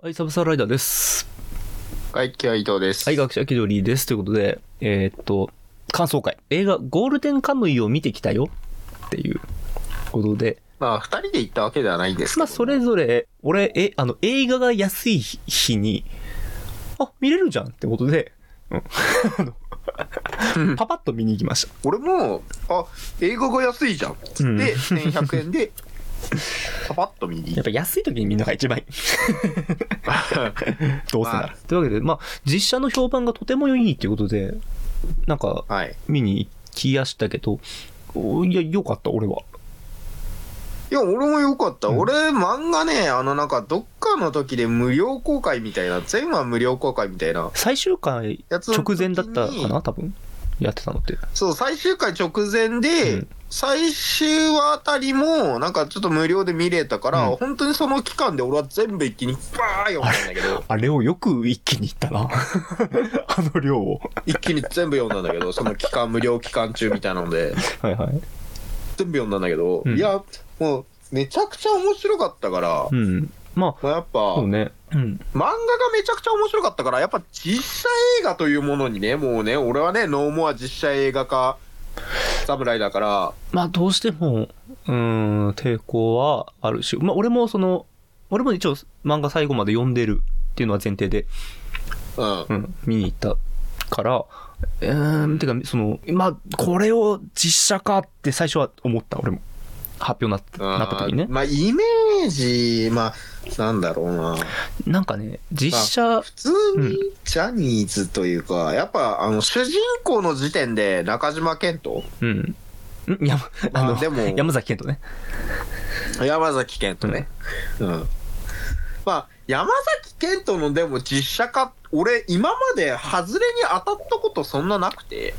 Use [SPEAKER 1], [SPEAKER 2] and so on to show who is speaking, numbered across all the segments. [SPEAKER 1] はい、サブサーライダーです。
[SPEAKER 2] はい、キは伊藤です。
[SPEAKER 1] はい、学者気取りです。ということで、えーっと、感想会。映画、ゴールデンカムイを見てきたよっていうことで、
[SPEAKER 2] まあ、二人で行ったわけではないんですけど。
[SPEAKER 1] まあ、それぞれ、俺、え、あの、映画が安い日に、あ、見れるじゃんってことで、うん。あのパパッと見に行きまし
[SPEAKER 2] 俺も、あ、映画が安いじゃん。つ
[SPEAKER 1] うん
[SPEAKER 2] って、1100円 で、パパッと見に
[SPEAKER 1] た。や
[SPEAKER 2] 行
[SPEAKER 1] っぱ安い時に見るのが一番いい。
[SPEAKER 2] った。
[SPEAKER 1] どうせなら。
[SPEAKER 2] ま
[SPEAKER 1] というわけで、まあ、実写の評判がとてもいいっていうことで、なんか、
[SPEAKER 2] はい。
[SPEAKER 1] 見に行きやしたけど、おいや、良かった、俺は。
[SPEAKER 2] いや、俺もよかった。
[SPEAKER 1] うん
[SPEAKER 2] 俺、漫画ね、あの、なんか、どっかの時で無料公開みたいな、全話無料公開みたいな
[SPEAKER 1] 最終回
[SPEAKER 2] やつの時
[SPEAKER 1] 直前
[SPEAKER 2] に
[SPEAKER 1] だったかな多分やってたのって
[SPEAKER 2] そう、最終回直前で、
[SPEAKER 1] うん
[SPEAKER 2] 最終話あたりも、なんかちょっと無料で見れたから、
[SPEAKER 1] うん
[SPEAKER 2] 本当にその期間で俺は全部一気に、バー読んだんだけど。
[SPEAKER 1] あれをよく一気にいった なあの量を
[SPEAKER 2] 一気に全部読んだんだけ ど、その期間、無料期間中みたいなので、
[SPEAKER 1] はいはい
[SPEAKER 2] 全部読んだんだけど、
[SPEAKER 1] うん
[SPEAKER 2] いや、もう、めちゃくちゃ面白かったから、
[SPEAKER 1] うんまあ
[SPEAKER 2] まあやっぱ、
[SPEAKER 1] そう
[SPEAKER 2] 漫
[SPEAKER 1] ねうん
[SPEAKER 2] 画がめちゃくちゃ面白かったから、やっぱ実写映画というものにね、もうね、俺はね、ノーモア実写映画化、侍だから、
[SPEAKER 1] まあどうしてもうーん抵抗はあるしまあ俺もその俺も一応漫画最後まで読んでるっていうのは前提で、
[SPEAKER 2] うん。
[SPEAKER 1] うん、見に行ったからえーんてかそのまあこれを実写化って最初は思った俺も発表なったなった時にね
[SPEAKER 2] あーまあ、イメージ、まあ、なんだろうな。
[SPEAKER 1] なんかね実写
[SPEAKER 2] 普通にジャニーズというか、やっぱ、あの、主人公の時点で中島健人
[SPEAKER 1] うん。んやまあ
[SPEAKER 2] あ
[SPEAKER 1] の
[SPEAKER 2] でも
[SPEAKER 1] 山崎賢人ね。
[SPEAKER 2] 山崎賢人ね。うん。まあ、山崎賢人のでも実写化、俺、今まで外れに当たったことそんななくて、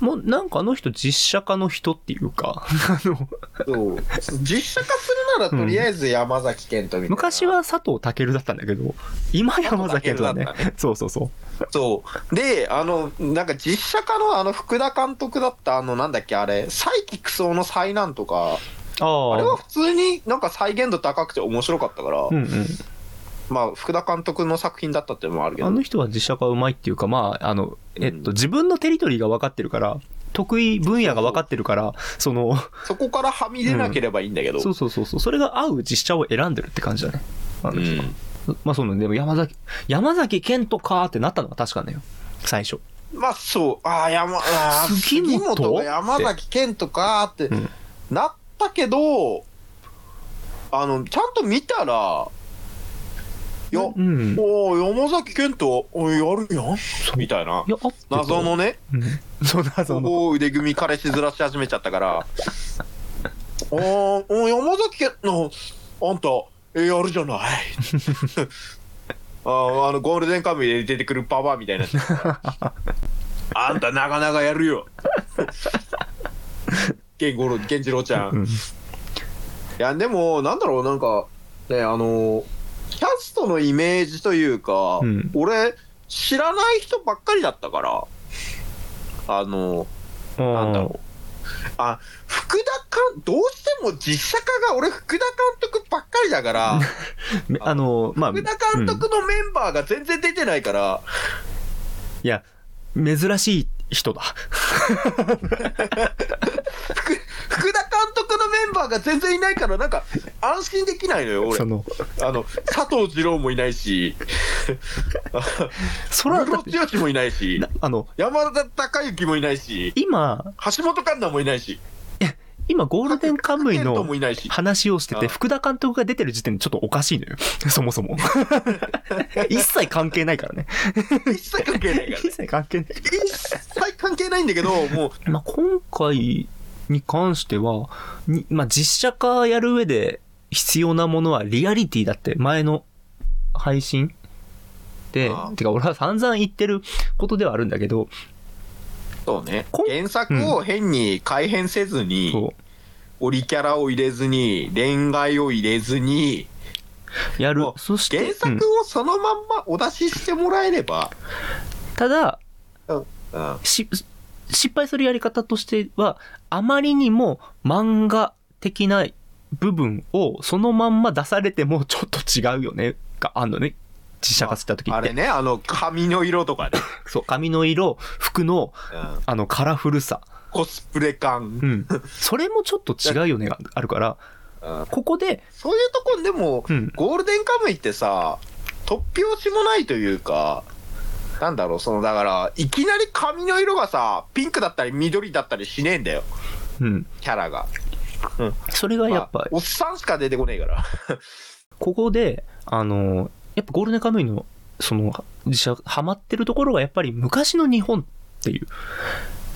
[SPEAKER 1] もうなんかあの人実写化の人っていうか、あの、
[SPEAKER 2] そう実写化するならとりあえず山崎賢人みたい な。
[SPEAKER 1] 昔は佐藤健だったんだけど、今山崎賢人だね
[SPEAKER 2] 佐藤。
[SPEAKER 1] そうそうそう。
[SPEAKER 2] そう。で、あの、なんか実写化のあの福田監督だった、あの、なんだっけ、あれ、サイキクソの災難とか、
[SPEAKER 1] ああ。
[SPEAKER 2] あれは普通になんか再現度高くて面白かったから、
[SPEAKER 1] うんうん。
[SPEAKER 2] まあ、福田監督の作品だったっていうのもあるけど。
[SPEAKER 1] あの人は実写化うまいっていうか、まあ、あの、えっと、
[SPEAKER 2] うん
[SPEAKER 1] 自分のテリトリーが分かってるから、得意分野が分かってるから、その、
[SPEAKER 2] そこからはみ出なければいいんだけど。
[SPEAKER 1] そうそうそうそう、それが合う実写を選んでるって感じだね。あの
[SPEAKER 2] う
[SPEAKER 1] 人
[SPEAKER 2] ん
[SPEAKER 1] まあそうなんで、でも山崎、山崎賢人かーってなったのは確かだよ。最初。
[SPEAKER 2] まあそう、ああ、山、あー
[SPEAKER 1] 杉本
[SPEAKER 2] が山崎賢人かーって
[SPEAKER 1] うん
[SPEAKER 2] なったけど、あの、ちゃんと見たら、いや、
[SPEAKER 1] うん。
[SPEAKER 2] おー山崎賢人、おいやるやんみたいな。
[SPEAKER 1] いや、あってた
[SPEAKER 2] 謎のね、
[SPEAKER 1] うんそう謎の。
[SPEAKER 2] おー腕組み彼氏ずらし始めちゃったから、 おーおー山崎賢人、あんた、えやるじゃ ない。あーあの、ゴールデンカムイで出てくるパパみたいなやつ。あんたなかなかやる よ。健五郎、健次郎ちゃん。い
[SPEAKER 1] ん。
[SPEAKER 2] や、でも、なんだろう、なんか、ね、あの、キャストのイメージというか、
[SPEAKER 1] うん
[SPEAKER 2] 俺、知らない人ばっかりだったから、あの、なんだろう。あ、福田監、どうしても実写化が俺、福田監督ばっかりだから、
[SPEAKER 1] めあの、まあ、
[SPEAKER 2] 福田監督のメンバーが全然出てないから、
[SPEAKER 1] いや、珍しい人だ。
[SPEAKER 2] 福田監督のメンバーが全然いないから、なんか、安心できないのよ、俺
[SPEAKER 1] そ。の、
[SPEAKER 2] あの、佐藤二朗もいないし、
[SPEAKER 1] それは
[SPEAKER 2] 室
[SPEAKER 1] だって、
[SPEAKER 2] ロ剛もいないし
[SPEAKER 1] な、あの、
[SPEAKER 2] 山田孝之もいないし、
[SPEAKER 1] 今、
[SPEAKER 2] 橋本環奈もいないし、
[SPEAKER 1] 今、ゴールデンカムイ
[SPEAKER 2] 角健人
[SPEAKER 1] の
[SPEAKER 2] も いないし、
[SPEAKER 1] 話をしてて、
[SPEAKER 2] あ
[SPEAKER 1] 福田監督が出てる時点でちょっとおかしいのよ。 そもそ も。一切関係ないからね。
[SPEAKER 2] 一切関係ないから、
[SPEAKER 1] 一
[SPEAKER 2] ね。
[SPEAKER 1] 切関係ない。
[SPEAKER 2] 一切関係ないんだけど、もう、
[SPEAKER 1] まあ、今回に関しては、にまあ、実写化やる上で必要なものはリアリティだって、前の配信で
[SPEAKER 2] あ、あ
[SPEAKER 1] てか俺は散々言ってることではあるんだけど、
[SPEAKER 2] そうね
[SPEAKER 1] こ。
[SPEAKER 2] 原作を変に改変せずに、
[SPEAKER 1] こ
[SPEAKER 2] オリキャラを入れずに、恋愛を入れずに、
[SPEAKER 1] う、やる
[SPEAKER 2] も。う
[SPEAKER 1] そして、
[SPEAKER 2] 原
[SPEAKER 1] うん
[SPEAKER 2] 作をそのまんまお出ししてもらえれば、
[SPEAKER 1] ただ、
[SPEAKER 2] うん、
[SPEAKER 1] し失敗するやり方としては、あまりにも漫画的な部分をそのまんま出されてもちょっと違うよね、があんのね。実写化した時って、
[SPEAKER 2] あれね、あの、髪の色と かね。
[SPEAKER 1] そう髪の色服の
[SPEAKER 2] うん
[SPEAKER 1] あのカラフルさ、
[SPEAKER 2] コスプレ
[SPEAKER 1] う
[SPEAKER 2] 感。
[SPEAKER 1] ん、それもちょっと違うよねがあるから
[SPEAKER 2] うん
[SPEAKER 1] ここで、
[SPEAKER 2] そういうとこでも、
[SPEAKER 1] うん、
[SPEAKER 2] ゴールデンカムイってさ、突拍子もないというか、なんだろう、その、だから、いきなり髪の色がさ、ピンクだったり緑だったりしねえんだよ、
[SPEAKER 1] うん、
[SPEAKER 2] キャラが。
[SPEAKER 1] それがやっ
[SPEAKER 2] ま
[SPEAKER 1] ぱ
[SPEAKER 2] あおっさんしか出てこねえから。
[SPEAKER 1] ここであのやっぱゴールデンカムイのその実写ハマってるところがやっぱり昔の日本っていうフ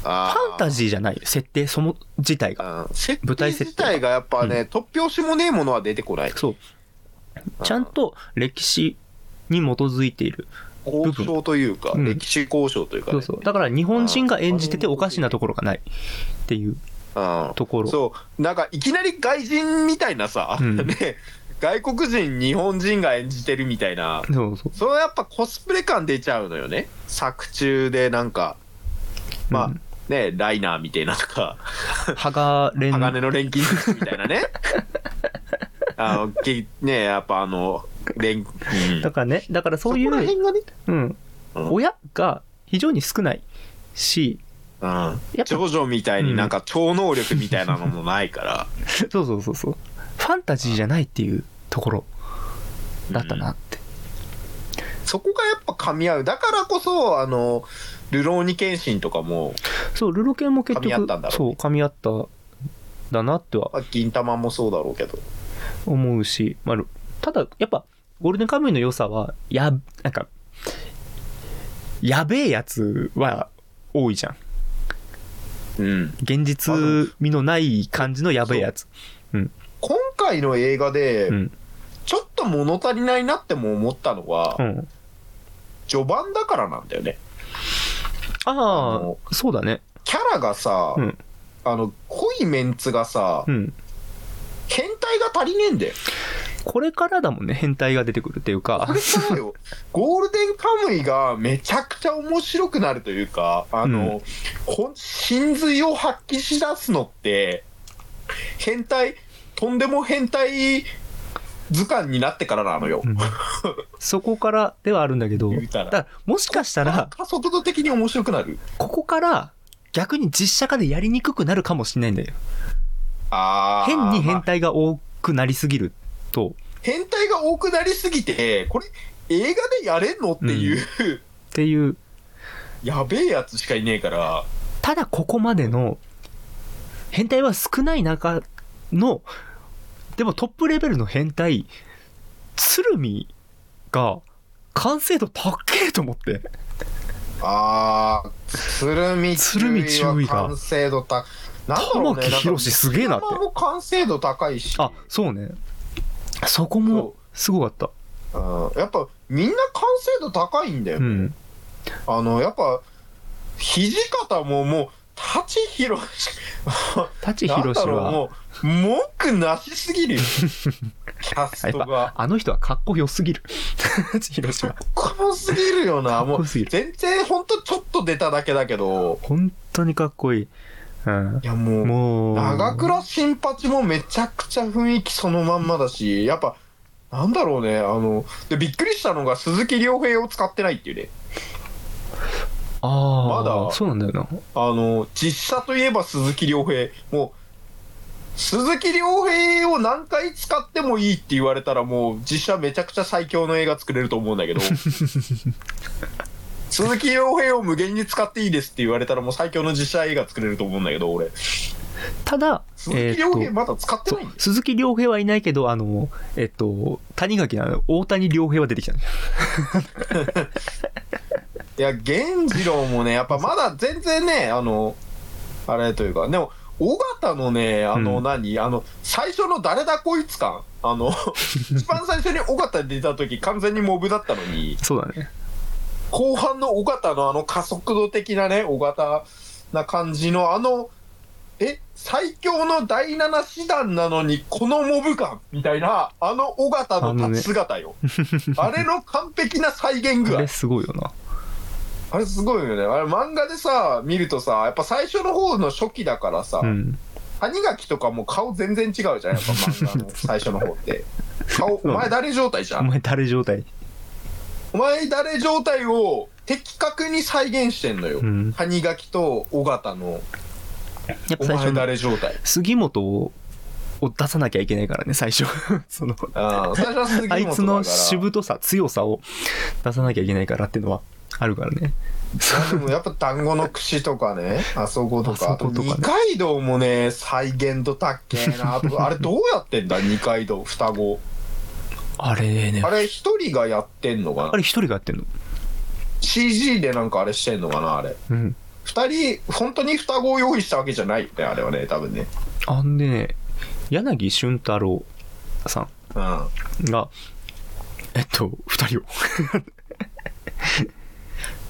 [SPEAKER 2] あ
[SPEAKER 1] ァンタジーじゃない設定その自体が
[SPEAKER 2] ー。うん、設
[SPEAKER 1] 舞
[SPEAKER 2] 定
[SPEAKER 1] 台設定
[SPEAKER 2] 自体がやっぱね、突拍子もねえものは出てこない。
[SPEAKER 1] そうちゃんと歴史に基づいている
[SPEAKER 2] 交渉というか、
[SPEAKER 1] うん
[SPEAKER 2] 歴史交渉というか、ね
[SPEAKER 1] そうそうだから日本人が演じてておかしなところがないっていう
[SPEAKER 2] うん
[SPEAKER 1] ところ
[SPEAKER 2] そう、なんかいきなり外人みたいなさ、
[SPEAKER 1] うん
[SPEAKER 2] ね、外国人、日本人が演じてるみたいな、
[SPEAKER 1] そう そう
[SPEAKER 2] それはやっぱコスプレ感出ちゃうのよね、作中でなんか、まあ、
[SPEAKER 1] うん
[SPEAKER 2] ね、ライナーみたいなとか、
[SPEAKER 1] 歯が連
[SPEAKER 2] 鋼の錬金術師みたい なね。あのげねやっぱあの錬金
[SPEAKER 1] だからねだからそうい
[SPEAKER 2] こら
[SPEAKER 1] う、
[SPEAKER 2] 辺がね、
[SPEAKER 1] うん、
[SPEAKER 2] うん
[SPEAKER 1] 親が非常に少ないし
[SPEAKER 2] うん、
[SPEAKER 1] やっ
[SPEAKER 2] ジ
[SPEAKER 1] ぱ
[SPEAKER 2] ョジョみたいになんか超能力みたいなのもないから、
[SPEAKER 1] そうそうそうそうファンタジーじゃないっていうところだったなって、
[SPEAKER 2] そこがやっぱ噛み合うだからこそあのルローニケンシンとかも、
[SPEAKER 1] そうルロケンも結局
[SPEAKER 2] 噛み合ったんだろうね
[SPEAKER 1] そう噛み合ったんだなっては
[SPEAKER 2] まあ、銀玉もそうだろうけど
[SPEAKER 1] 思うし、まあ、ルただやっぱゴールデンカムイの良さはやなんかやべえやつは多いじゃん
[SPEAKER 2] うん
[SPEAKER 1] 現実味のない感じのやべえやつ
[SPEAKER 2] 今回の映画で、
[SPEAKER 1] うん
[SPEAKER 2] ちょっと物足りないなっても思ったのは、
[SPEAKER 1] うん
[SPEAKER 2] 序盤だからなんだよねあ
[SPEAKER 1] あ
[SPEAKER 2] の
[SPEAKER 1] あそうだね
[SPEAKER 2] キャラがさ、
[SPEAKER 1] うん
[SPEAKER 2] あの濃いメンツがさ、
[SPEAKER 1] うん
[SPEAKER 2] 変態が足りねえんだよ
[SPEAKER 1] これからだもんね変態が出てくるっていう
[SPEAKER 2] こ
[SPEAKER 1] か
[SPEAKER 2] れからよ ゴールデンカムイがめちゃくちゃ面白くなるというかあの、こん真髄を発揮しだすのって変態とんでも変態図鑑になってからなのよ、
[SPEAKER 1] うんそこからではあるんだけど
[SPEAKER 2] 言うたら
[SPEAKER 1] だからもしかしたら
[SPEAKER 2] 加速度的に面白くなる
[SPEAKER 1] ここから逆に実写化でやりにくくなるかもしれないんだよ
[SPEAKER 2] あー
[SPEAKER 1] 変に変
[SPEAKER 2] まあ
[SPEAKER 1] 態が多くなりすぎると
[SPEAKER 2] 変態が多くなりすぎてこれ映画でやれんのっていう、
[SPEAKER 1] っていう
[SPEAKER 2] やべえやつしかいねえから
[SPEAKER 1] ただここまでの変態は少ない中のでもトップレベルの変態鶴見が完成度高えと思って
[SPEAKER 2] あー鶴見
[SPEAKER 1] 鶴見注意が
[SPEAKER 2] 完成度高なんだろ
[SPEAKER 1] 玉
[SPEAKER 2] うね
[SPEAKER 1] 木宏すげえな
[SPEAKER 2] な
[SPEAKER 1] っ
[SPEAKER 2] ん
[SPEAKER 1] て
[SPEAKER 2] かドラマも完成度高いし
[SPEAKER 1] あそうねそこもすごかった
[SPEAKER 2] うんやっぱみんな完成度高いんだよ、
[SPEAKER 1] うん
[SPEAKER 2] あのやっぱ土方ももう舘ひろし
[SPEAKER 1] 舘ひ
[SPEAKER 2] なん
[SPEAKER 1] ろし
[SPEAKER 2] だろう
[SPEAKER 1] は
[SPEAKER 2] もう文句なしすぎるよキャス
[SPEAKER 1] やっ
[SPEAKER 2] ト
[SPEAKER 1] ぱ
[SPEAKER 2] が
[SPEAKER 1] あの人はかっこよすぎ る舘ひろしは
[SPEAKER 2] かっこよすぎるよな
[SPEAKER 1] かっ
[SPEAKER 2] も
[SPEAKER 1] こ
[SPEAKER 2] う
[SPEAKER 1] よすぎる
[SPEAKER 2] 全然ほんとちょっと出ただけだけど
[SPEAKER 1] 本当にかっこいい、うん、
[SPEAKER 2] いやもう
[SPEAKER 1] もう
[SPEAKER 2] 長倉新八もめちゃくちゃ雰囲気そのまんまだしやっぱなんだろうねあのでびっくりしたのが鈴木亮平を使ってないっていうね
[SPEAKER 1] ああ
[SPEAKER 2] まだ
[SPEAKER 1] そうなんだよな
[SPEAKER 2] あの実写といえば鈴木亮平もう鈴木亮平を何回使ってもいいって言われたらもう実写めちゃくちゃ最強の映画作れると思うんだ けど鈴木亮平を無限に使っていいですって言われたらもう最強の実写映画作れると思うんだけど俺
[SPEAKER 1] ただ
[SPEAKER 2] 鈴木
[SPEAKER 1] えーっ
[SPEAKER 2] 亮
[SPEAKER 1] と
[SPEAKER 2] 平まだ使って
[SPEAKER 1] そ
[SPEAKER 2] な
[SPEAKER 1] う
[SPEAKER 2] いんだよ
[SPEAKER 1] 鈴木亮平はいないけどあのえっと谷垣のあの大谷亮平は出てきたんだよ
[SPEAKER 2] いや、源次郎もね、やっぱまだ全然ね、あの、あれというか、でも、尾形のね、あ
[SPEAKER 1] う
[SPEAKER 2] の
[SPEAKER 1] ん
[SPEAKER 2] 何、あの、最初の誰だこいつ感、あの、一番最初に尾形出た時完全にモブだったのに、
[SPEAKER 1] そうだね
[SPEAKER 2] 後半の尾形のあの加速度的なね、尾形な感じの、あの、え、最強の第七師団なのに、このモブ感みたいな、あの尾形の立ち姿よ。あれの完璧な再現具
[SPEAKER 1] あ
[SPEAKER 2] 合
[SPEAKER 1] れ。すごいよな
[SPEAKER 2] あれすごいよね。あれ漫画でさ、見るとさ、やっぱ最初の方の初期だからさ、
[SPEAKER 1] うん
[SPEAKER 2] 谷垣とかも顔全然違うじゃん、やっぱ 漫画の最初の方って。顔、お前誰状態じゃ
[SPEAKER 1] お
[SPEAKER 2] ん。
[SPEAKER 1] 前誰状態
[SPEAKER 2] お前誰状態を的確に再現してんのよ。
[SPEAKER 1] うん
[SPEAKER 2] 谷垣と尾形の
[SPEAKER 1] やっ
[SPEAKER 2] お
[SPEAKER 1] ぱ最
[SPEAKER 2] 前
[SPEAKER 1] 初の
[SPEAKER 2] 誰状態。
[SPEAKER 1] 杉本をを出さなきゃいけないからね最初 その
[SPEAKER 2] ああ、最初は杉本
[SPEAKER 1] あ
[SPEAKER 2] だ
[SPEAKER 1] い
[SPEAKER 2] から
[SPEAKER 1] つのしぶとさ強さを出さなきゃいけないからっていうのはあるからね
[SPEAKER 2] いやでもやっぱ団子の串とかね、あそことか、
[SPEAKER 1] あそことかね
[SPEAKER 2] あと二階堂もね、再現度たっけえなとか、あれどうやってんだ、二階堂、双子。
[SPEAKER 1] あれね
[SPEAKER 2] あれ一人がやってんのか
[SPEAKER 1] あ
[SPEAKER 2] な
[SPEAKER 1] れ一人がやってんの
[SPEAKER 2] ?CG でなんかあれしてんのかなあれ。
[SPEAKER 1] うん
[SPEAKER 2] 二人、本当に双子を用意したわけじゃないよね、あれはね、多分ね。
[SPEAKER 1] あんでね柳俊太郎さ
[SPEAKER 2] うん。
[SPEAKER 1] んがえっと二人を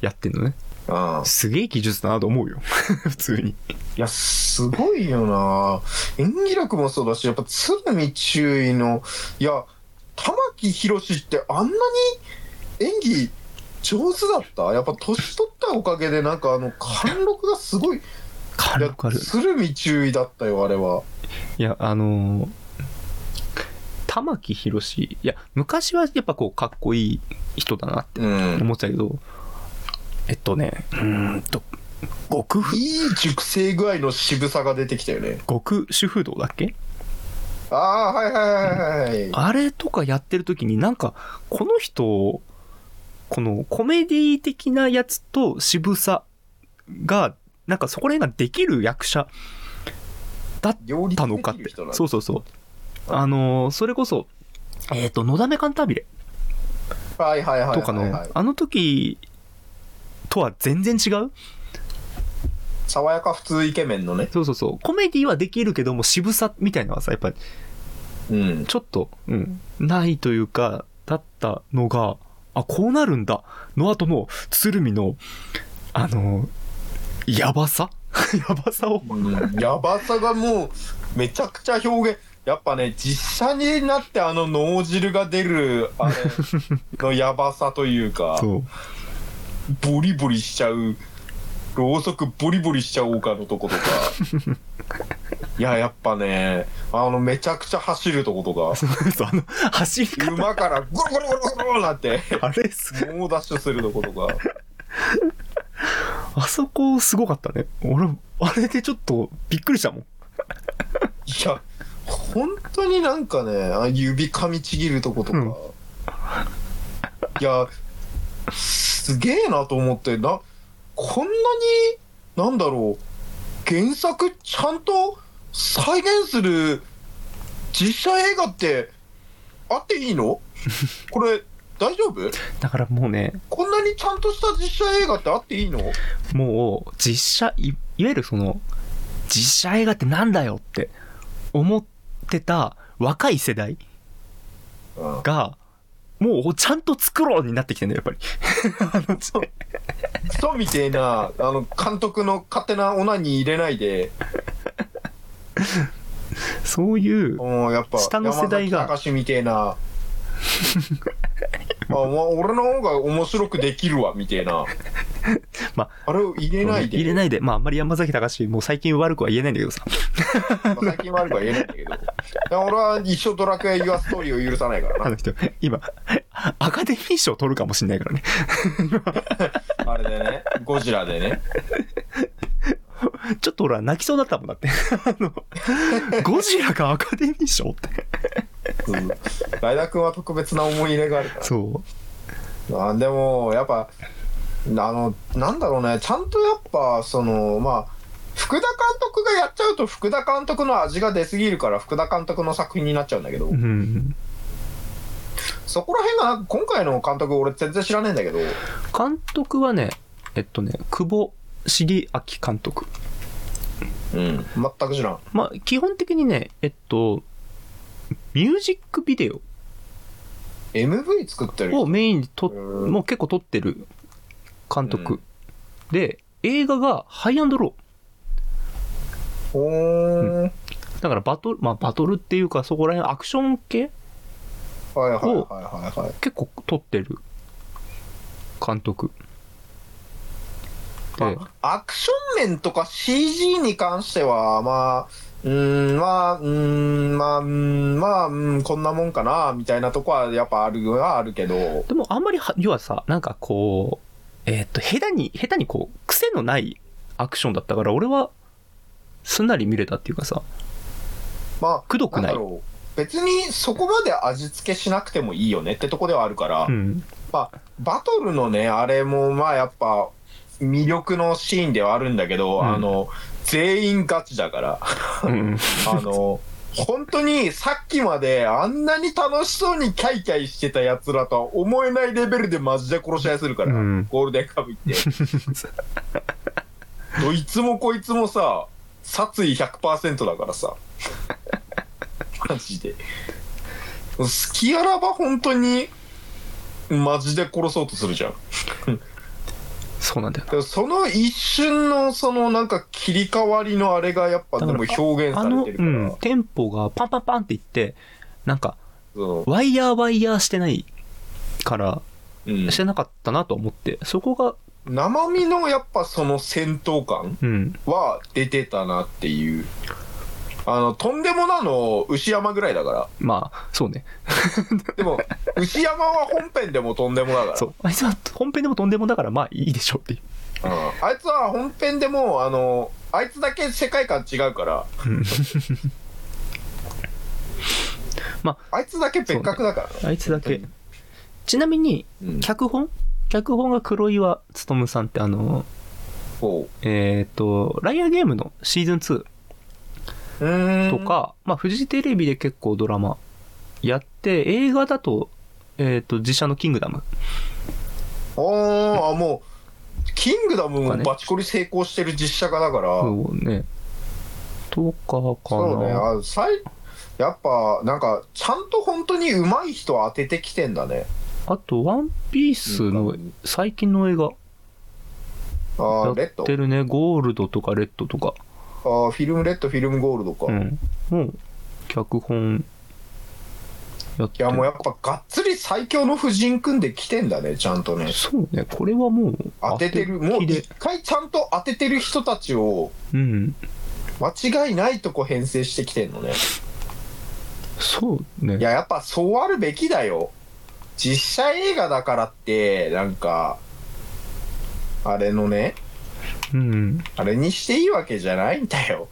[SPEAKER 1] やってんのね
[SPEAKER 2] うん。
[SPEAKER 1] すげえ技術だなと思うよ 普通に
[SPEAKER 2] いや、すごいよな演技力もそうだし、やっぱ鶴見中尉の、いや、玉木宏ってあんなに演技上手だったやっぱ年取ったおかげで、なんかあの、貫禄がすごい。い
[SPEAKER 1] 貫
[SPEAKER 2] や
[SPEAKER 1] 禄ある
[SPEAKER 2] 鶴見中尉だったよ、あれは。
[SPEAKER 1] いやあのー玉木宏いや昔はやっぱこうかっこいい人だなって
[SPEAKER 2] うん。
[SPEAKER 1] 思ってたけどえっとねうーんと極
[SPEAKER 2] い
[SPEAKER 1] 不
[SPEAKER 2] い熟成具合の渋さが出てきたよね。
[SPEAKER 1] 極主婦道だっけ
[SPEAKER 2] ああ、はいはいはいはい。
[SPEAKER 1] あれとかやってる時になんかこの人このコメディ的なやつと渋さがなんかそこら辺ができる役者
[SPEAKER 2] 料理
[SPEAKER 1] たのかってそううそうそうあのーそれこそえっ、と「のだめカンタービレ」
[SPEAKER 2] はいはいはいはいはい。
[SPEAKER 1] とかのあの時とは全然違う
[SPEAKER 2] 爽やか普通イケメンのね。
[SPEAKER 1] そうそうそうコメディはできるけども渋さみたいなのはさやっぱり
[SPEAKER 2] うん。
[SPEAKER 1] ちょっと、うん、ないというかだったのがあこうなるんだの後の鶴見のあのやばさ やばさを
[SPEAKER 2] うんやばさがもうめちゃくちゃ表現やっぱね実写になってあの脳汁が出るあれ のやばさというか
[SPEAKER 1] そう
[SPEAKER 2] ボリボリしちゃうろうそくボリボリしちゃおうかのとことか いややっぱねあのめちゃくちゃ走るとことか
[SPEAKER 1] そうあの走り方
[SPEAKER 2] 馬からゴロゴロゴロゴロなんて
[SPEAKER 1] あれす
[SPEAKER 2] 猛ダッシュするとことか
[SPEAKER 1] あそこすごかったね俺あれでちょっとびっくりしたもん
[SPEAKER 2] いや本当になんかねあ指噛みちぎるとことか、
[SPEAKER 1] うん
[SPEAKER 2] いやすげえなと思ってなこんなになんだろう原作ちゃんと再現する実写映画ってあっていいのこれ大丈夫
[SPEAKER 1] だからもうね
[SPEAKER 2] こんなにちゃんとした実写映画ってあっていいの
[SPEAKER 1] もう実写いいわゆるその実写映画ってなんだよって思ってた若い世代
[SPEAKER 2] うん
[SPEAKER 1] がもうちゃんと作ろうになってきてんだよやっぱ りあの
[SPEAKER 2] クソみてえなあの監督の勝手なオナに入れないで
[SPEAKER 1] そういう
[SPEAKER 2] もうやっぱ
[SPEAKER 1] 下の世代が
[SPEAKER 2] 山崎隆みてえな あお前俺の方が面白くできるわみてえな、
[SPEAKER 1] ま
[SPEAKER 2] あれを入れないで
[SPEAKER 1] 入れないでまああんまり山崎隆もう最近悪くは言えないんだけどさ
[SPEAKER 2] まあ最近はあるから言えないんだけどだから俺は一生ドラクエユアストーリーを許さないから
[SPEAKER 1] あの人今アカデミー賞取るかもしんないからね
[SPEAKER 2] なあれでねゴジラでね
[SPEAKER 1] ちょっと俺は泣きそうだったもんだってあのゴジラがアカデミー賞って
[SPEAKER 2] うんライダー君は特別な思い入れがあるから
[SPEAKER 1] そ
[SPEAKER 2] あでもやっぱあのなんだろうねちゃんとやっぱそのまあ福田監督がやっちゃうと福田監督の味が出すぎるから福田監督の作品になっちゃうんだけど、
[SPEAKER 1] ううん
[SPEAKER 2] そこら辺がなんか今回の監督俺全然知らねえんだけど
[SPEAKER 1] 監督はねえっとね久保茂明監督
[SPEAKER 2] うん全く知らん
[SPEAKER 1] まあ、基本的にね、えっと、ミュージックビデオ
[SPEAKER 2] MV 作ってる
[SPEAKER 1] をメインにと、
[SPEAKER 2] うん
[SPEAKER 1] もう結構撮ってる監督。
[SPEAKER 2] う
[SPEAKER 1] で、映画がハイアンドロ
[SPEAKER 2] ほーんは
[SPEAKER 1] ー。
[SPEAKER 2] い
[SPEAKER 1] だからバトル、まあバトルっていうか、そこら辺アクション系
[SPEAKER 2] はいはいはいはい
[SPEAKER 1] 結構撮ってる監督。え
[SPEAKER 2] まあ、アクション面とか CG に関しては、まあ、うーん、まあ、うーん、まあ、うーんまあ、うんこんなもんかな、みたいなとこはやっぱあるはあるけど、
[SPEAKER 1] でもあんまりは要はさなんかこうえーっと下手に下手にこう癖のないアクションだったから俺はすんなり見れたっていうかさ
[SPEAKER 2] ま
[SPEAKER 1] くど
[SPEAKER 2] あ、
[SPEAKER 1] くな
[SPEAKER 2] な
[SPEAKER 1] んい
[SPEAKER 2] だろう。別にそこまで味付けしなくてもいいよねってとこではあるから、
[SPEAKER 1] うん
[SPEAKER 2] まあ、バトルのね、あれもまあやっぱ魅力のシーンではあるんだけど、
[SPEAKER 1] うん
[SPEAKER 2] あの、全員ガチだから。
[SPEAKER 1] うん
[SPEAKER 2] あの、本当にさっきまであんなに楽しそうにキャイキャイしてた奴らとは思えないレベルでマジで殺し合いするから、
[SPEAKER 1] うん
[SPEAKER 2] ゴールデンカムイって。 どいつもこいつもさ、殺意100%だからさ。マジで。好きあらば本当に、マジで殺そうとするじゃん。
[SPEAKER 1] そうなんだよな
[SPEAKER 2] でもその一瞬のそのなんか切り替わりのあれがやっぱでも表現
[SPEAKER 1] あ
[SPEAKER 2] され
[SPEAKER 1] の、
[SPEAKER 2] て
[SPEAKER 1] う
[SPEAKER 2] るから。
[SPEAKER 1] ん、テンポがパンパンパンっていってなんか
[SPEAKER 2] そ
[SPEAKER 1] ワイヤーワイヤーしてないから
[SPEAKER 2] のうん
[SPEAKER 1] してなかったなと思ってそこが
[SPEAKER 2] 生身のやっぱその戦闘感
[SPEAKER 1] うん
[SPEAKER 2] は出てたなっていう。あの、とんでもなの牛山ぐらいだか
[SPEAKER 1] まあそうね
[SPEAKER 2] ら。でも、牛山は本編でもとんでもだから。
[SPEAKER 1] そうあいつは本編でもとんでもだからまあいいでしょうっていう
[SPEAKER 2] うんあいつは本編でもう、あの、あいつだけ世界観違うから。
[SPEAKER 1] ま
[SPEAKER 2] あ、いつだけ別格だからね。
[SPEAKER 1] あいつだけちなみに
[SPEAKER 2] うん、
[SPEAKER 1] 脚本脚本が黒岩勉さんってあの
[SPEAKER 2] こ
[SPEAKER 1] えっ、と「ライアーゲーム」のシーズン2
[SPEAKER 2] う。うーん。
[SPEAKER 1] と。か、まあ、フジテレビで結構ドラマやって映画だと,、えー、と自社の「キングダム
[SPEAKER 2] あーあ、もう、キングダムもバチコリ成功してる実写化だから。」
[SPEAKER 1] をねとかか
[SPEAKER 2] そうね
[SPEAKER 1] な
[SPEAKER 2] あ最やっぱなんかちゃんと本当に上手い人当ててきてんだね
[SPEAKER 1] あと「ワンピースの最近の映画
[SPEAKER 2] あ
[SPEAKER 1] や
[SPEAKER 2] ーレッ
[SPEAKER 1] っ
[SPEAKER 2] ド
[SPEAKER 1] てるね「ゴールド」とか「レッド」とか、
[SPEAKER 2] あーフィルムレッドフィルムゴールドか、
[SPEAKER 1] う
[SPEAKER 2] い
[SPEAKER 1] ん、もう脚本やってる
[SPEAKER 2] やもうやっぱがっつり最強の婦人組んできてんだねちゃんとね
[SPEAKER 1] そうねこれはもう
[SPEAKER 2] 当ててるもう
[SPEAKER 1] きで
[SPEAKER 2] 一回ちゃんと当ててる人たちを
[SPEAKER 1] うん
[SPEAKER 2] 間違いないとこ編成してきてんのね
[SPEAKER 1] そうね
[SPEAKER 2] いややっぱそうあるべきだよ実写映画だからってなんかあれのね
[SPEAKER 1] うん
[SPEAKER 2] あれにしていいわけじゃないんだよ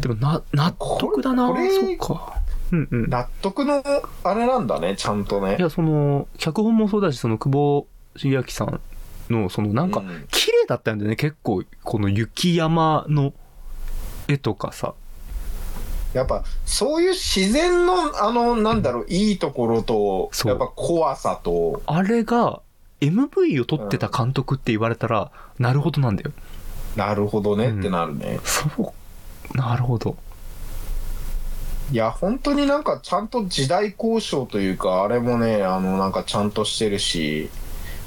[SPEAKER 1] でもな納得だな
[SPEAKER 2] これこ
[SPEAKER 1] そ
[SPEAKER 2] れ
[SPEAKER 1] っかうんうん
[SPEAKER 2] 納得のあれなんだねちゃんとね
[SPEAKER 1] いやその脚本もそうだしその久保茂明さんのそのなんか、
[SPEAKER 2] う
[SPEAKER 1] 綺麗だったんだよね結構この雪山の絵とかさ
[SPEAKER 2] やっぱそういう自然のあのなんだろう、いいところと
[SPEAKER 1] そう
[SPEAKER 2] やっぱ怖さと
[SPEAKER 1] あれが MV を撮ってた監督って言われたら、なるほどなんだよ
[SPEAKER 2] なるほどね
[SPEAKER 1] うん
[SPEAKER 2] ってなるね、
[SPEAKER 1] そうなるほど
[SPEAKER 2] いや本当になんかちゃんと時代交渉というかあれもねあのなんかちゃんとしてるし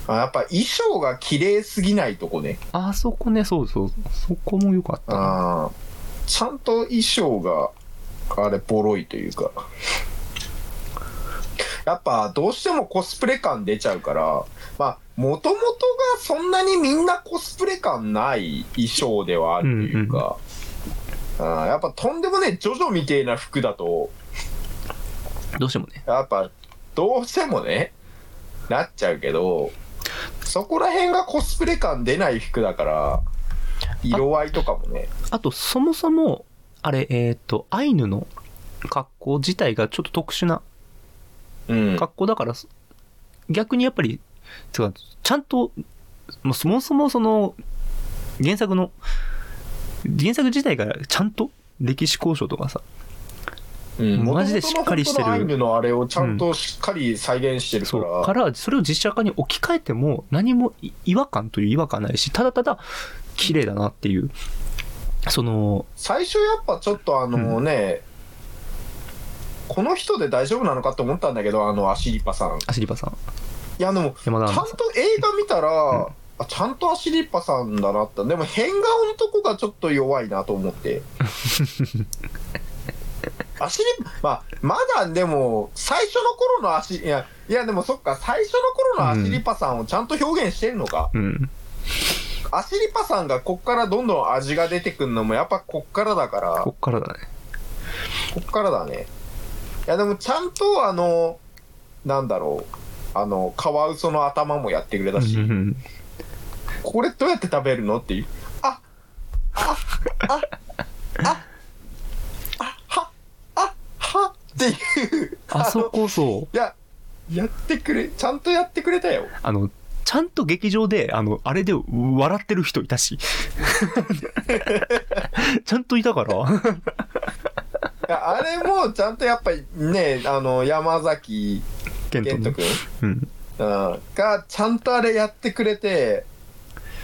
[SPEAKER 2] あやっぱ衣装が綺麗すぎないとこね
[SPEAKER 1] あそこねそうそうそこも良かったな
[SPEAKER 2] あーちゃんと衣装があれボロいというかやっぱどうしてもコスプレ感出ちゃうからまあもともとがそんなにみんなコスプレ感ない衣装ではあるというか、あーやっぱとんでもねえジョジョみてえな服だと
[SPEAKER 1] どうしてもね
[SPEAKER 2] やっぱどうしてもねなっちゃうけどそこら辺がコスプレ感出ない服だから色合いとかもね
[SPEAKER 1] あとそもそもあれえっ、とアイヌの格好自体がちょっと特殊な
[SPEAKER 2] うん
[SPEAKER 1] 格好だから、逆にやっぱりつうかちゃんともうそもそもその原作の原作自体がちゃんと歴史交渉とかさ
[SPEAKER 2] うん
[SPEAKER 1] マジでしっかりしてる
[SPEAKER 2] 元々の本当のアイヌのあれをちゃんとしっかり再現してるか
[SPEAKER 1] そう
[SPEAKER 2] ら、
[SPEAKER 1] からそれを実写化に置き換えても何もい違和感という違和感ないしただただ綺麗だなっていうその
[SPEAKER 2] 最初やっぱちょっとあのね、この人で大丈夫なのかって思ったんだけどあのアシリパさんい
[SPEAKER 1] アシリパさん
[SPEAKER 2] やでも
[SPEAKER 1] 山
[SPEAKER 2] ち
[SPEAKER 1] 田
[SPEAKER 2] ゃ
[SPEAKER 1] ア
[SPEAKER 2] ん
[SPEAKER 1] ン
[SPEAKER 2] と
[SPEAKER 1] ナさ
[SPEAKER 2] 映画見たら、
[SPEAKER 1] ん
[SPEAKER 2] あちゃんとアシリパさんだなってでも変顔のとこがちょっと弱いなと思って アシリまあまだでも最初の頃のアシいやいやでもそっか最初の頃のアシリパさんをちゃんと表現してるのか、
[SPEAKER 1] んうん
[SPEAKER 2] アシリパさんがこっからどんどん味が出てくるのもやっぱこっからだから
[SPEAKER 1] こっ
[SPEAKER 2] こ
[SPEAKER 1] からだね
[SPEAKER 2] っからだねいやでもちゃんとあのなんだろうあのカワウソの頭もやってくれたし、
[SPEAKER 1] うん
[SPEAKER 2] これどうやって食べるのっていうあああああはあはっていう
[SPEAKER 1] あそこそう
[SPEAKER 2] いややってくれちゃんとやってくれたよ
[SPEAKER 1] あのちゃんと劇場であのあれで笑ってる人いた しちゃんといたから
[SPEAKER 2] いやあれもちゃんとやっぱりねあの山崎
[SPEAKER 1] ケント
[SPEAKER 2] 健
[SPEAKER 1] の
[SPEAKER 2] 人君
[SPEAKER 1] うん
[SPEAKER 2] うんがちゃんとあれやってくれて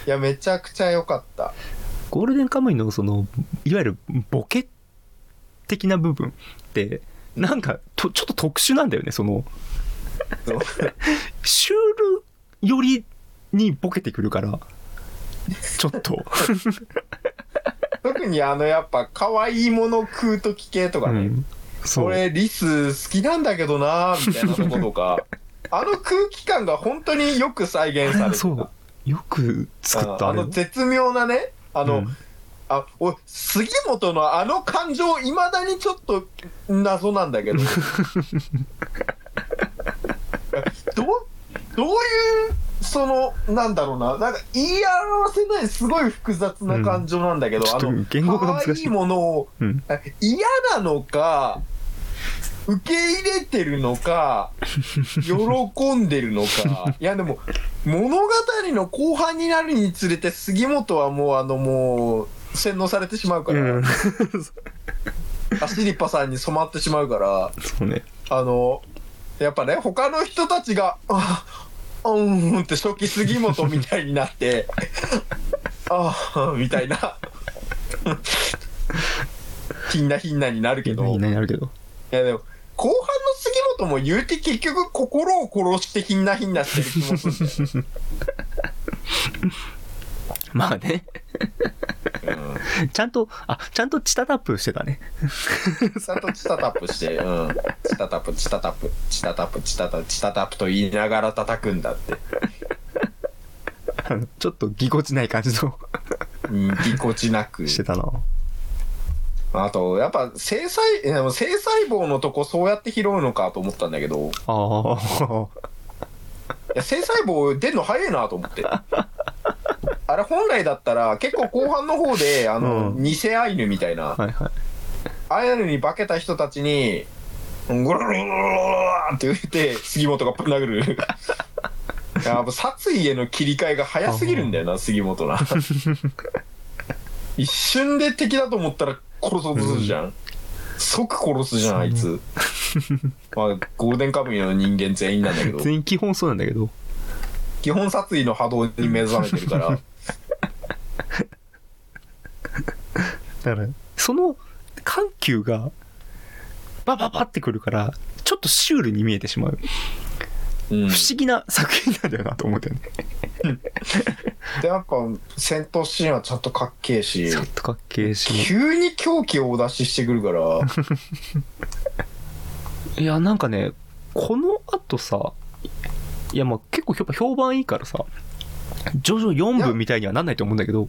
[SPEAKER 2] いやめちゃくちゃ良かった
[SPEAKER 1] ゴールデンカムイのそのいわゆるボケ的な部分ってなんかとちょっと特殊なんだよねその
[SPEAKER 2] そう
[SPEAKER 1] シュール寄りにボケてくるからちょっと、
[SPEAKER 2] 特にあのやっぱ可愛いもの食う時系とか
[SPEAKER 1] う
[SPEAKER 2] ね、
[SPEAKER 1] ん、そう
[SPEAKER 2] 俺リス好きなんだけどなみたいなとこと かあの空気感が本当によく再現されてた
[SPEAKER 1] そうよく作った
[SPEAKER 2] あ
[SPEAKER 1] あれ
[SPEAKER 2] の絶妙なねあの、
[SPEAKER 1] うん
[SPEAKER 2] あお杉本のあの感情いまだにちょっと謎なん だけどどうどういうそのなんだろうななんか言い表せないすごい複雑な感情なんだけど、
[SPEAKER 1] ちょっと
[SPEAKER 2] あの
[SPEAKER 1] 言語が難しい
[SPEAKER 2] 可愛いものを
[SPEAKER 1] うん
[SPEAKER 2] あ嫌なのか受け入れてる のか喜んでるのかいやでも物語の後半になるにつれて杉本はもうあのもう洗脳されてしまうか
[SPEAKER 1] う
[SPEAKER 2] ら、
[SPEAKER 1] ん、
[SPEAKER 2] アシリパさんに染まってしまうから
[SPEAKER 1] そうね
[SPEAKER 2] あのやっぱね他の人たちが「あうーん」って初期杉本みたいになって 「ああ」みた いなひんなひんなになるけど。
[SPEAKER 1] いないあるけど
[SPEAKER 2] いやでも後半の杉本も言うて結局心を殺してひんなひんなしてる気もするんだよね
[SPEAKER 1] まあね ちゃんと、あ、ちゃんとチタタップしてたね。
[SPEAKER 2] ちゃんとチタタップして、うん、チタタップチタタップチタタップチタタチタタップと言いながら叩くんだって、
[SPEAKER 1] あのちょっとぎこちない感じの
[SPEAKER 2] うん、ぎこちなく
[SPEAKER 1] してたな。
[SPEAKER 2] あとやっぱ性細でも性細胞のとこそうやって拾うのかと思ったんだけどい
[SPEAKER 1] ああ。
[SPEAKER 2] や性細胞出んの早いなと思ってあれ本来だったら結構後半の方であの、
[SPEAKER 1] うん
[SPEAKER 2] 偽アイヌみたいな
[SPEAKER 1] はいはい。
[SPEAKER 2] アイヌに化けた人たちに、ゴロロロロロロって言って、杉本がぶん殴る。いやもう殺意への切り替えが早すぎるんだよな、杉本な。一瞬で敵だと思ったら殺そうとするじゃん。即殺すじゃん、あいつ。まあ、ゴールデンカムイの人間全員なんだけど、
[SPEAKER 1] 全員基本そうなんだけど。
[SPEAKER 2] 基本殺意の波動に目覚めてるから。
[SPEAKER 1] だから、その緩急が、バババってくるから、ちょっとシュールに見えてしまう。
[SPEAKER 2] うん、
[SPEAKER 1] 不思議な作品なんだよなと思ったよね。
[SPEAKER 2] で、やっぱ戦闘シーンはちゃんとかっけえし。
[SPEAKER 1] ちょっとかっけえし。
[SPEAKER 2] 急に狂気をお出ししてくるから。
[SPEAKER 1] いや、なんかね、この後さ、いやまあ結構やっぱ評判いいからさ、ジョジョ4部みたいにはなんないと思うんだけど、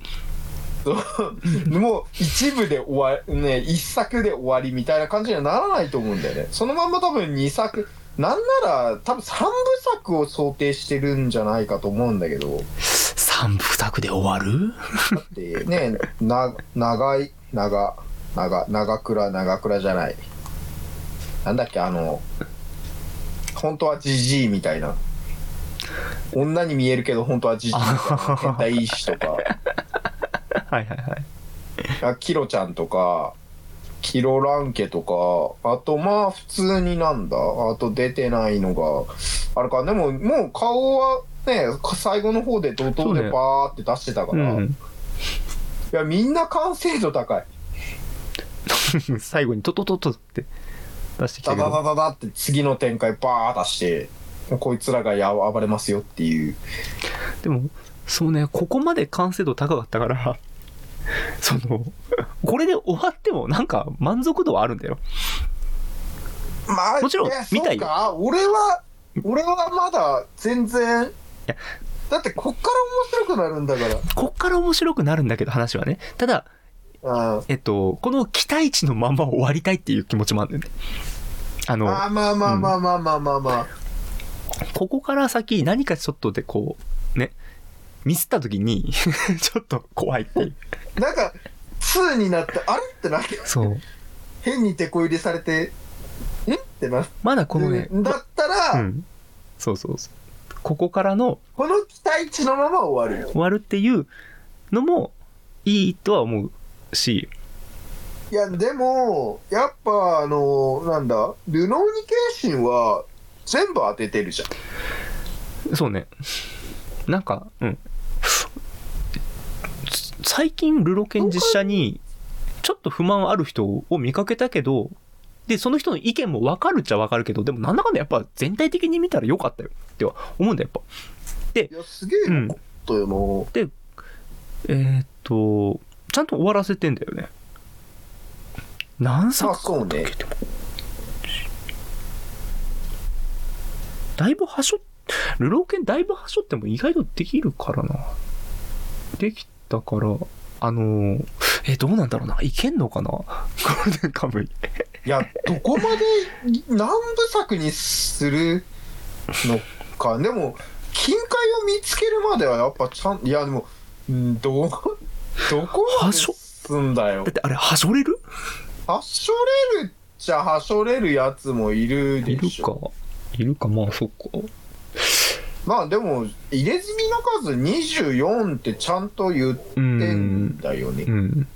[SPEAKER 2] もう一部で終わり、ね、一作で終わりみたいな感じにはならないと思うんだよね。そのまんま多分二作、なんなら多分三部作を想定してるんじゃないかと思うんだけど、だ
[SPEAKER 1] 3部作で終わる
[SPEAKER 2] ってね、な、長い、長、長、長倉、長倉じゃない。なんだっけ、あの、本当はジジイみたいな。女に見えるけど本当はジジイみたいな変態医師とか。
[SPEAKER 1] はいはいはい。
[SPEAKER 2] あキロちゃんとか、キロランケとか、あとまあ普通になんだ、あと出てないのが、あれか、でももう顔はね、最後の方で怒
[SPEAKER 1] そう
[SPEAKER 2] 涛
[SPEAKER 1] ね
[SPEAKER 2] でバーって出してたか
[SPEAKER 1] う
[SPEAKER 2] ら、
[SPEAKER 1] ん。
[SPEAKER 2] いやみんな完成度高い。
[SPEAKER 1] 最後にトトトトって出してきた
[SPEAKER 2] ダ
[SPEAKER 1] け
[SPEAKER 2] ダ
[SPEAKER 1] ど
[SPEAKER 2] ダダダって次の展開バー出して、こいつらがや暴れますよっていう。
[SPEAKER 1] でもそうねここまで完成度高かったから そのこれで終わってもなんか満足度はあるんだよ
[SPEAKER 2] まあ、
[SPEAKER 1] もちろん
[SPEAKER 2] え
[SPEAKER 1] 見たいよ
[SPEAKER 2] そうか俺は、俺はまだ全然、
[SPEAKER 1] や
[SPEAKER 2] だってこっから面白くなるんだか
[SPEAKER 1] こっから面白くなるんだけど話はねただ
[SPEAKER 2] ら。うん
[SPEAKER 1] えっとこの期待値のまま終わりたいっていう気持ちもあるんだよねあの
[SPEAKER 2] あーまあまあまあまあまあまあまあ。
[SPEAKER 1] ここから先何かちょっとでこうねミスった時に ちょっと怖いっていう
[SPEAKER 2] なんか、2になって、あれってなって、
[SPEAKER 1] そう
[SPEAKER 2] 変に手こ入れされて、えってなって。
[SPEAKER 1] まだこのね
[SPEAKER 2] だった
[SPEAKER 1] う
[SPEAKER 2] ら、
[SPEAKER 1] んそうそうそうここからの
[SPEAKER 2] この期待値のまま終わるよ。
[SPEAKER 1] 終わるっていうのもいいとは思うし
[SPEAKER 2] いや、でも、やっぱ、あの、なんだ、ルノーニケーシンは、全部当ててるじゃん。
[SPEAKER 1] そうねなんかうんつ最近ルロケン実写にちょっと不満ある人を見かけたけどでその人の意見も分かるっちゃ分かるけどでもなんだかんだやっぱ全体的に見たら良かったよっては思うんだよやっぱ
[SPEAKER 2] いや、すげえなことよも
[SPEAKER 1] えーっとちゃんと終わらせてんだよね何
[SPEAKER 2] うまあ、
[SPEAKER 1] 作
[SPEAKER 2] そうね。
[SPEAKER 1] だいぶはしょっルローケンだいぶはしょっても意外とできるからなできたからあのーえどうなんだろうないけんのかなゴールデンカムイ
[SPEAKER 2] いや、どこまで何部作にするのか。でも、金塊を見つけるまではやっぱちゃん、いや、でも、んど、どこま
[SPEAKER 1] は
[SPEAKER 2] で
[SPEAKER 1] しょ
[SPEAKER 2] すんだよ
[SPEAKER 1] だっ。てあれはしょれる
[SPEAKER 2] はしょれるっちゃはしょれるやつもいる
[SPEAKER 1] い
[SPEAKER 2] で
[SPEAKER 1] る
[SPEAKER 2] しょ。
[SPEAKER 1] かいるかまあそっか
[SPEAKER 2] まあでも、入れ墨の数24ってちゃんと言っ
[SPEAKER 1] う
[SPEAKER 2] てん
[SPEAKER 1] ん
[SPEAKER 2] だよね
[SPEAKER 1] う。ん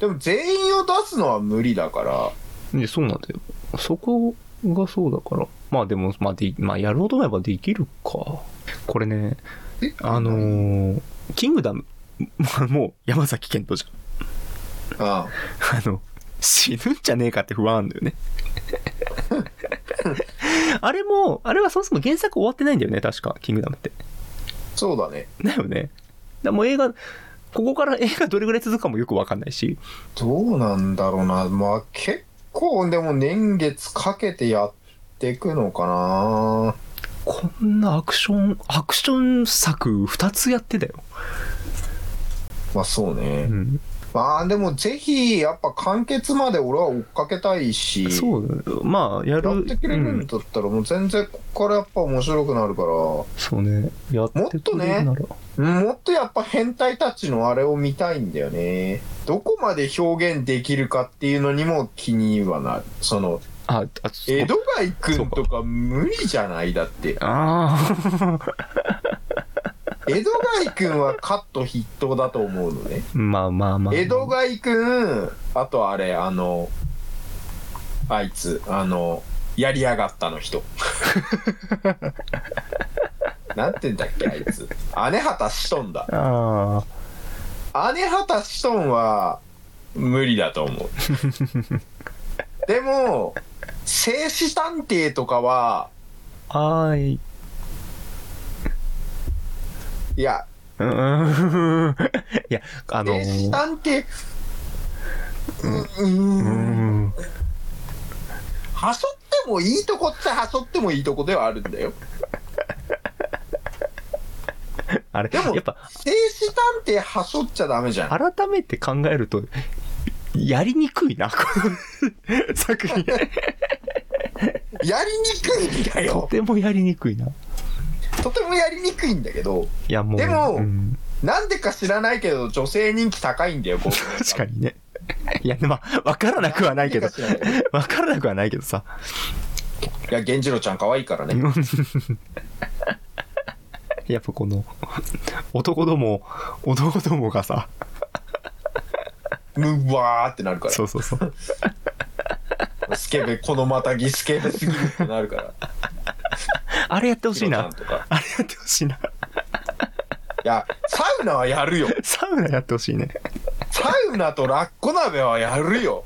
[SPEAKER 2] でも全員を出すのは無理だから。
[SPEAKER 1] でそうなんだよそこがそうだからまあでも、まあ、でまあやろうと思えばできるかこれね
[SPEAKER 2] え
[SPEAKER 1] あのーキングダム、 まもう山崎賢人じ
[SPEAKER 2] あ
[SPEAKER 1] ゃん。あ の、死ぬんじゃねえかって不安あんだよね。 あれも、あれはそもそも原作終わってないんだよね、確か、キングダムって。
[SPEAKER 2] そうだね。
[SPEAKER 1] だよね。だもう映画、ここから映画どれぐらい続くかもよくわかんないし、
[SPEAKER 2] どうなんだろうな。まあ結構でも年月かけてやっていくのかな。
[SPEAKER 1] こんなアクション、アクション作2つやってたよ。
[SPEAKER 2] まあそう
[SPEAKER 1] う
[SPEAKER 2] ね。
[SPEAKER 1] ん。
[SPEAKER 2] まあでもぜひやっぱ完結まで俺は追っかけたいし。
[SPEAKER 1] そう、まあ、やる。
[SPEAKER 2] やってくれるんだったらもう全然ここからやっぱ面白くなるから、
[SPEAKER 1] そうね。やってくれるなら。
[SPEAKER 2] もっとやっぱ変態たちのあれを見たいんだよね。どこまで表現できるかっていうのにも気にはなる。その、
[SPEAKER 1] あ、あ、そう
[SPEAKER 2] 江戸貝くんとか無理じゃないだって。
[SPEAKER 1] あ
[SPEAKER 2] 江戸貝くんはカット筆頭だと思うのね。
[SPEAKER 1] あ、 まあまあまあ。
[SPEAKER 2] 江戸貝くん、あとあれ、あの、あいつ、あの、やりやがった の人。なんて言うんだっけ、あいつ。姉畑しとんだ。
[SPEAKER 1] あ
[SPEAKER 2] 姉畑シトンは無理だと思 うでも静止探偵とかは
[SPEAKER 1] あ、はい。
[SPEAKER 2] いや
[SPEAKER 1] うーん。 いや、あの
[SPEAKER 2] 静
[SPEAKER 1] ー、
[SPEAKER 2] 止探偵うん
[SPEAKER 1] うーん。
[SPEAKER 2] はしょってもいいとこってはしょってもいいとこではあるんだよ
[SPEAKER 1] あれ、
[SPEAKER 2] でも
[SPEAKER 1] やっぱ、
[SPEAKER 2] 静止探偵はしょっちゃダメじゃん
[SPEAKER 1] 改めて考えると、やりにくいな、こ の作品。
[SPEAKER 2] やりにくいんだ
[SPEAKER 1] と
[SPEAKER 2] よ
[SPEAKER 1] てもやりにくいな。い
[SPEAKER 2] とてもやりにくいんだけど
[SPEAKER 1] や、もう。
[SPEAKER 2] でも
[SPEAKER 1] うん
[SPEAKER 2] なんでか知らないけど女性人気高いんだよ確
[SPEAKER 1] 確かにね。いや、まあ、わからなくはないけど、わからなくはないけどさ。
[SPEAKER 2] いや源次郎ちゃん可愛いからね
[SPEAKER 1] やっぱこの、男ども、男どもがさ、
[SPEAKER 2] うわーってなるから
[SPEAKER 1] そうそうそう。
[SPEAKER 2] スケベ、このまたぎスケベすぎるってな るから。
[SPEAKER 1] あれやってほしい
[SPEAKER 2] ヒロちゃ
[SPEAKER 1] な。
[SPEAKER 2] んとか。
[SPEAKER 1] あれやってほしいな。
[SPEAKER 2] いや、サウナはやるよ。
[SPEAKER 1] サウナやってほしいね。
[SPEAKER 2] サウナとラッコ鍋はやるよ。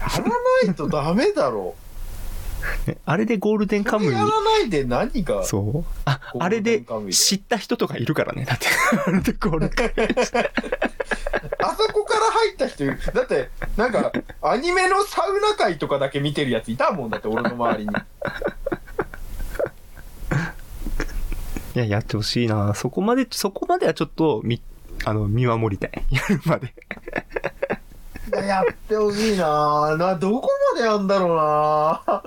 [SPEAKER 2] やらないとダメだろ。
[SPEAKER 1] ねあれでゴールデンカムイ
[SPEAKER 2] やらないで何が。
[SPEAKER 1] そう。あ、
[SPEAKER 2] ゴ
[SPEAKER 1] あ
[SPEAKER 2] ー
[SPEAKER 1] れ
[SPEAKER 2] ルデ
[SPEAKER 1] で
[SPEAKER 2] ンカムイで
[SPEAKER 1] 知った人とかいるからね。だって、あれでゴールデン カムイ
[SPEAKER 2] あそこから入った人いる、だって、なんか、アニメのサウナ界とかだけ見てるやついたもんだって、俺の周りに。
[SPEAKER 1] いや、やってほしいな。そこまで、そこまではちょっと、み、あの、見守りたい。やるまで。
[SPEAKER 2] やってほしいななどこまでやんだろうな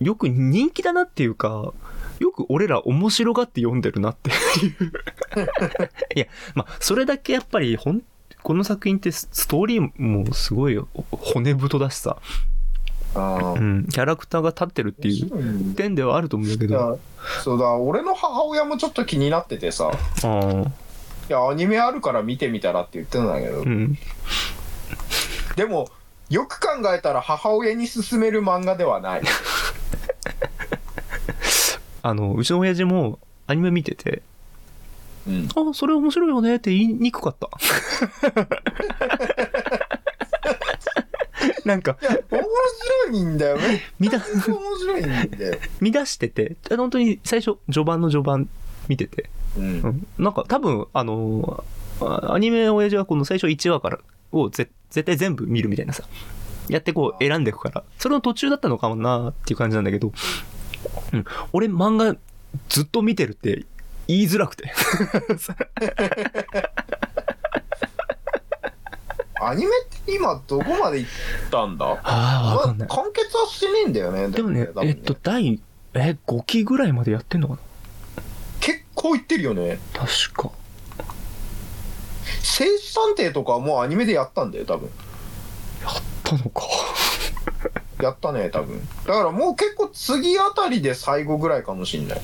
[SPEAKER 1] よく人気だなっていうか、よく俺ら面白がって読んでるなって いういや、まあ、それだけやっぱり、ほん、この作品ってスストーリーもすごい骨太だしさ、
[SPEAKER 2] あ
[SPEAKER 1] う
[SPEAKER 2] ー
[SPEAKER 1] ん、キャラクターが立ってるっていう点ではあると思うんだけ
[SPEAKER 2] い
[SPEAKER 1] ど、あ
[SPEAKER 2] やそうだ俺の母親もちょっと気になっててさ「
[SPEAKER 1] ー
[SPEAKER 2] いやアニメあるから見てみたら」って言ってたんだけど、
[SPEAKER 1] うん、
[SPEAKER 2] でもよく考えたら母親に勧める漫画ではない
[SPEAKER 1] あの、うちの親父もアニメ見てて、
[SPEAKER 2] うん
[SPEAKER 1] あ、それ面白いよねって言いにくか った。なんか、
[SPEAKER 2] いや面白いんだよね
[SPEAKER 1] 見た、
[SPEAKER 2] 面白いんだよ、
[SPEAKER 1] 見出してて、本当に最初、序盤の序盤見てて、
[SPEAKER 2] うん
[SPEAKER 1] う、ん、なんか多分、あのーあアニメ親父はこの最初1話からをぜ絶対全部見るみたいなさ、やってこう選んでいくから、それの途中だったのかもなーっていう感じなんだけど、うん、俺漫画ずっと見てるって言いづらくて。
[SPEAKER 2] アニメって今どこまで行ったんだ
[SPEAKER 1] ああ、わかんな
[SPEAKER 2] まあ
[SPEAKER 1] い。
[SPEAKER 2] 完結はしてねえんだよね
[SPEAKER 1] でもね
[SPEAKER 2] 多、分
[SPEAKER 1] えっと、第、え、5期ぐらいまでやってんのか
[SPEAKER 2] 結構行ってるよね
[SPEAKER 1] な確か。
[SPEAKER 2] 「聖子探偵」とかはもうアニメでやったんだよ多分
[SPEAKER 1] たのか。
[SPEAKER 2] やったね多分だからもう結構次あたりで最後ぐらいかもしんない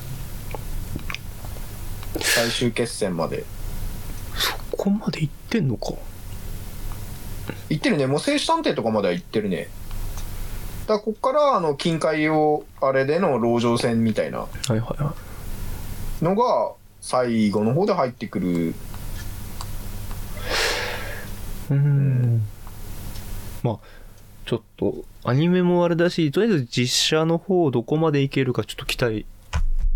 [SPEAKER 2] 最終決戦まで
[SPEAKER 1] そこまで行ってんのか。
[SPEAKER 2] 行ってるねもう聖子探偵とかまでは行ってるねだからこっからあの近海をあれでの籠城戦みたいな
[SPEAKER 1] はいはいはい。
[SPEAKER 2] のが最後の方で入ってくる
[SPEAKER 1] うーんまあちょっとアニメもあれだしとりあえず実写の方どこまでいけるかちょっと期待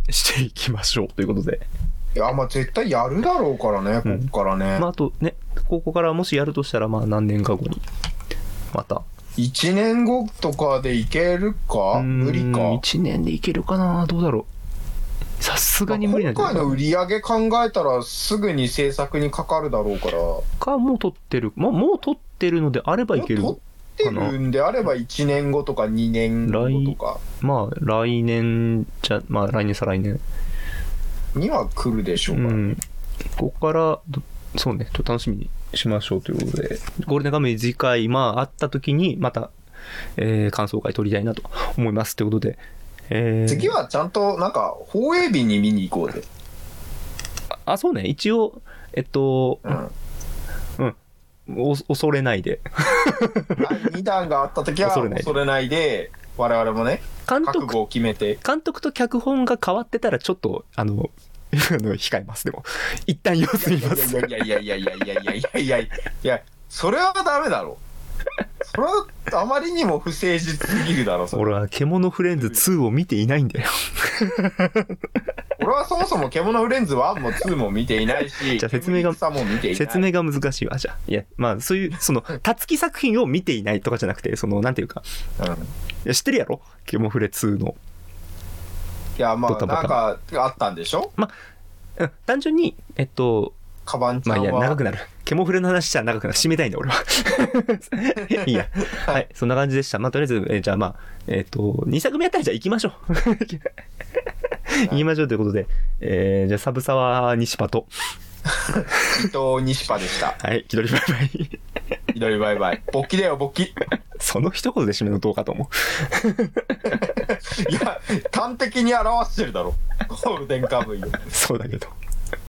[SPEAKER 1] していきましょうということで、
[SPEAKER 2] いやまあ絶対やるだろうからね
[SPEAKER 1] うん
[SPEAKER 2] こっからね、
[SPEAKER 1] まああとねここからもしやるとしたらまあ何年か後にまた
[SPEAKER 2] 1年後とかでいけるか無理か
[SPEAKER 1] 1年でいけるかなどうだろうさすがに無理なんじゃ
[SPEAKER 2] ま
[SPEAKER 1] な
[SPEAKER 2] あ
[SPEAKER 1] いか
[SPEAKER 2] 今回の売り上げ考えたらすぐに制作にかかるだろうからも
[SPEAKER 1] かもう撮ってるまあもう撮ってるのであれば
[SPEAKER 2] う
[SPEAKER 1] いける
[SPEAKER 2] 撮ってるんであれば1年後とか2年後とか
[SPEAKER 1] まあ来年じゃまあ来年再来年
[SPEAKER 2] には来るでしょう
[SPEAKER 1] う
[SPEAKER 2] から、
[SPEAKER 1] ん、ここからどそうねちょっと楽しみにしましょうということでゴールデンカムイ次回まあ会った時にまた、えー感想会取りたいなと 思いますということで、えー
[SPEAKER 2] 次はちゃんとなんか放映日に見に行こう で、
[SPEAKER 1] あそうね一応えっと
[SPEAKER 2] うん、
[SPEAKER 1] お恐れないで
[SPEAKER 2] 2弾があった時は
[SPEAKER 1] 恐れないで
[SPEAKER 2] 恐れないで我々もね
[SPEAKER 1] 監
[SPEAKER 2] 覚
[SPEAKER 1] 督
[SPEAKER 2] 悟を決めて
[SPEAKER 1] 監督と脚本が変わってたらちょっとあの あの控えますでも一旦様子見ます
[SPEAKER 2] いやいやいやいやいやいやいやいやいやいやいやそれはダメだろそれはあまりにも不誠実すぎるだろそれ
[SPEAKER 1] 俺は「獣フレンズ2」を見ていないんだよ
[SPEAKER 2] 俺はそもそも獣フレンズ1も2も見ていないし、
[SPEAKER 1] じゃあ説明が
[SPEAKER 2] さも見ていない。
[SPEAKER 1] 説明が難しいわじゃあいやまあ そういうそのたつき作品を見ていないとかじゃなくてそのなんていうか
[SPEAKER 2] うん、い
[SPEAKER 1] いや知ってるやろケモフレ2の。
[SPEAKER 2] や、ま
[SPEAKER 1] ドタ
[SPEAKER 2] あ、
[SPEAKER 1] バタ
[SPEAKER 2] なんかあったんでしょ
[SPEAKER 1] うん単純に、えっと、
[SPEAKER 2] カバンち
[SPEAKER 1] ま
[SPEAKER 2] ゃ
[SPEAKER 1] あ
[SPEAKER 2] ん
[SPEAKER 1] いいや、
[SPEAKER 2] は。
[SPEAKER 1] 長くなる。ケモフレの話したら長くなる。締めたいんだ、俺 は。いいや。はい、そんな感じでした。まあ、とりあえず、えーじゃあまあ、えっ、と、2作目やったらじゃあ行きましょう。 行きましょうということで、えーじゃあ、サブサワー西パと。
[SPEAKER 2] 伊藤西パでした。
[SPEAKER 1] はい、気取りバイバイ。
[SPEAKER 2] ひどいバイバイ。勃起だよ、勃起。い
[SPEAKER 1] その一言で締めのどうかと思う。
[SPEAKER 2] や、端的に表してるだろ。ゴールデンカムイを。
[SPEAKER 1] そうだけど。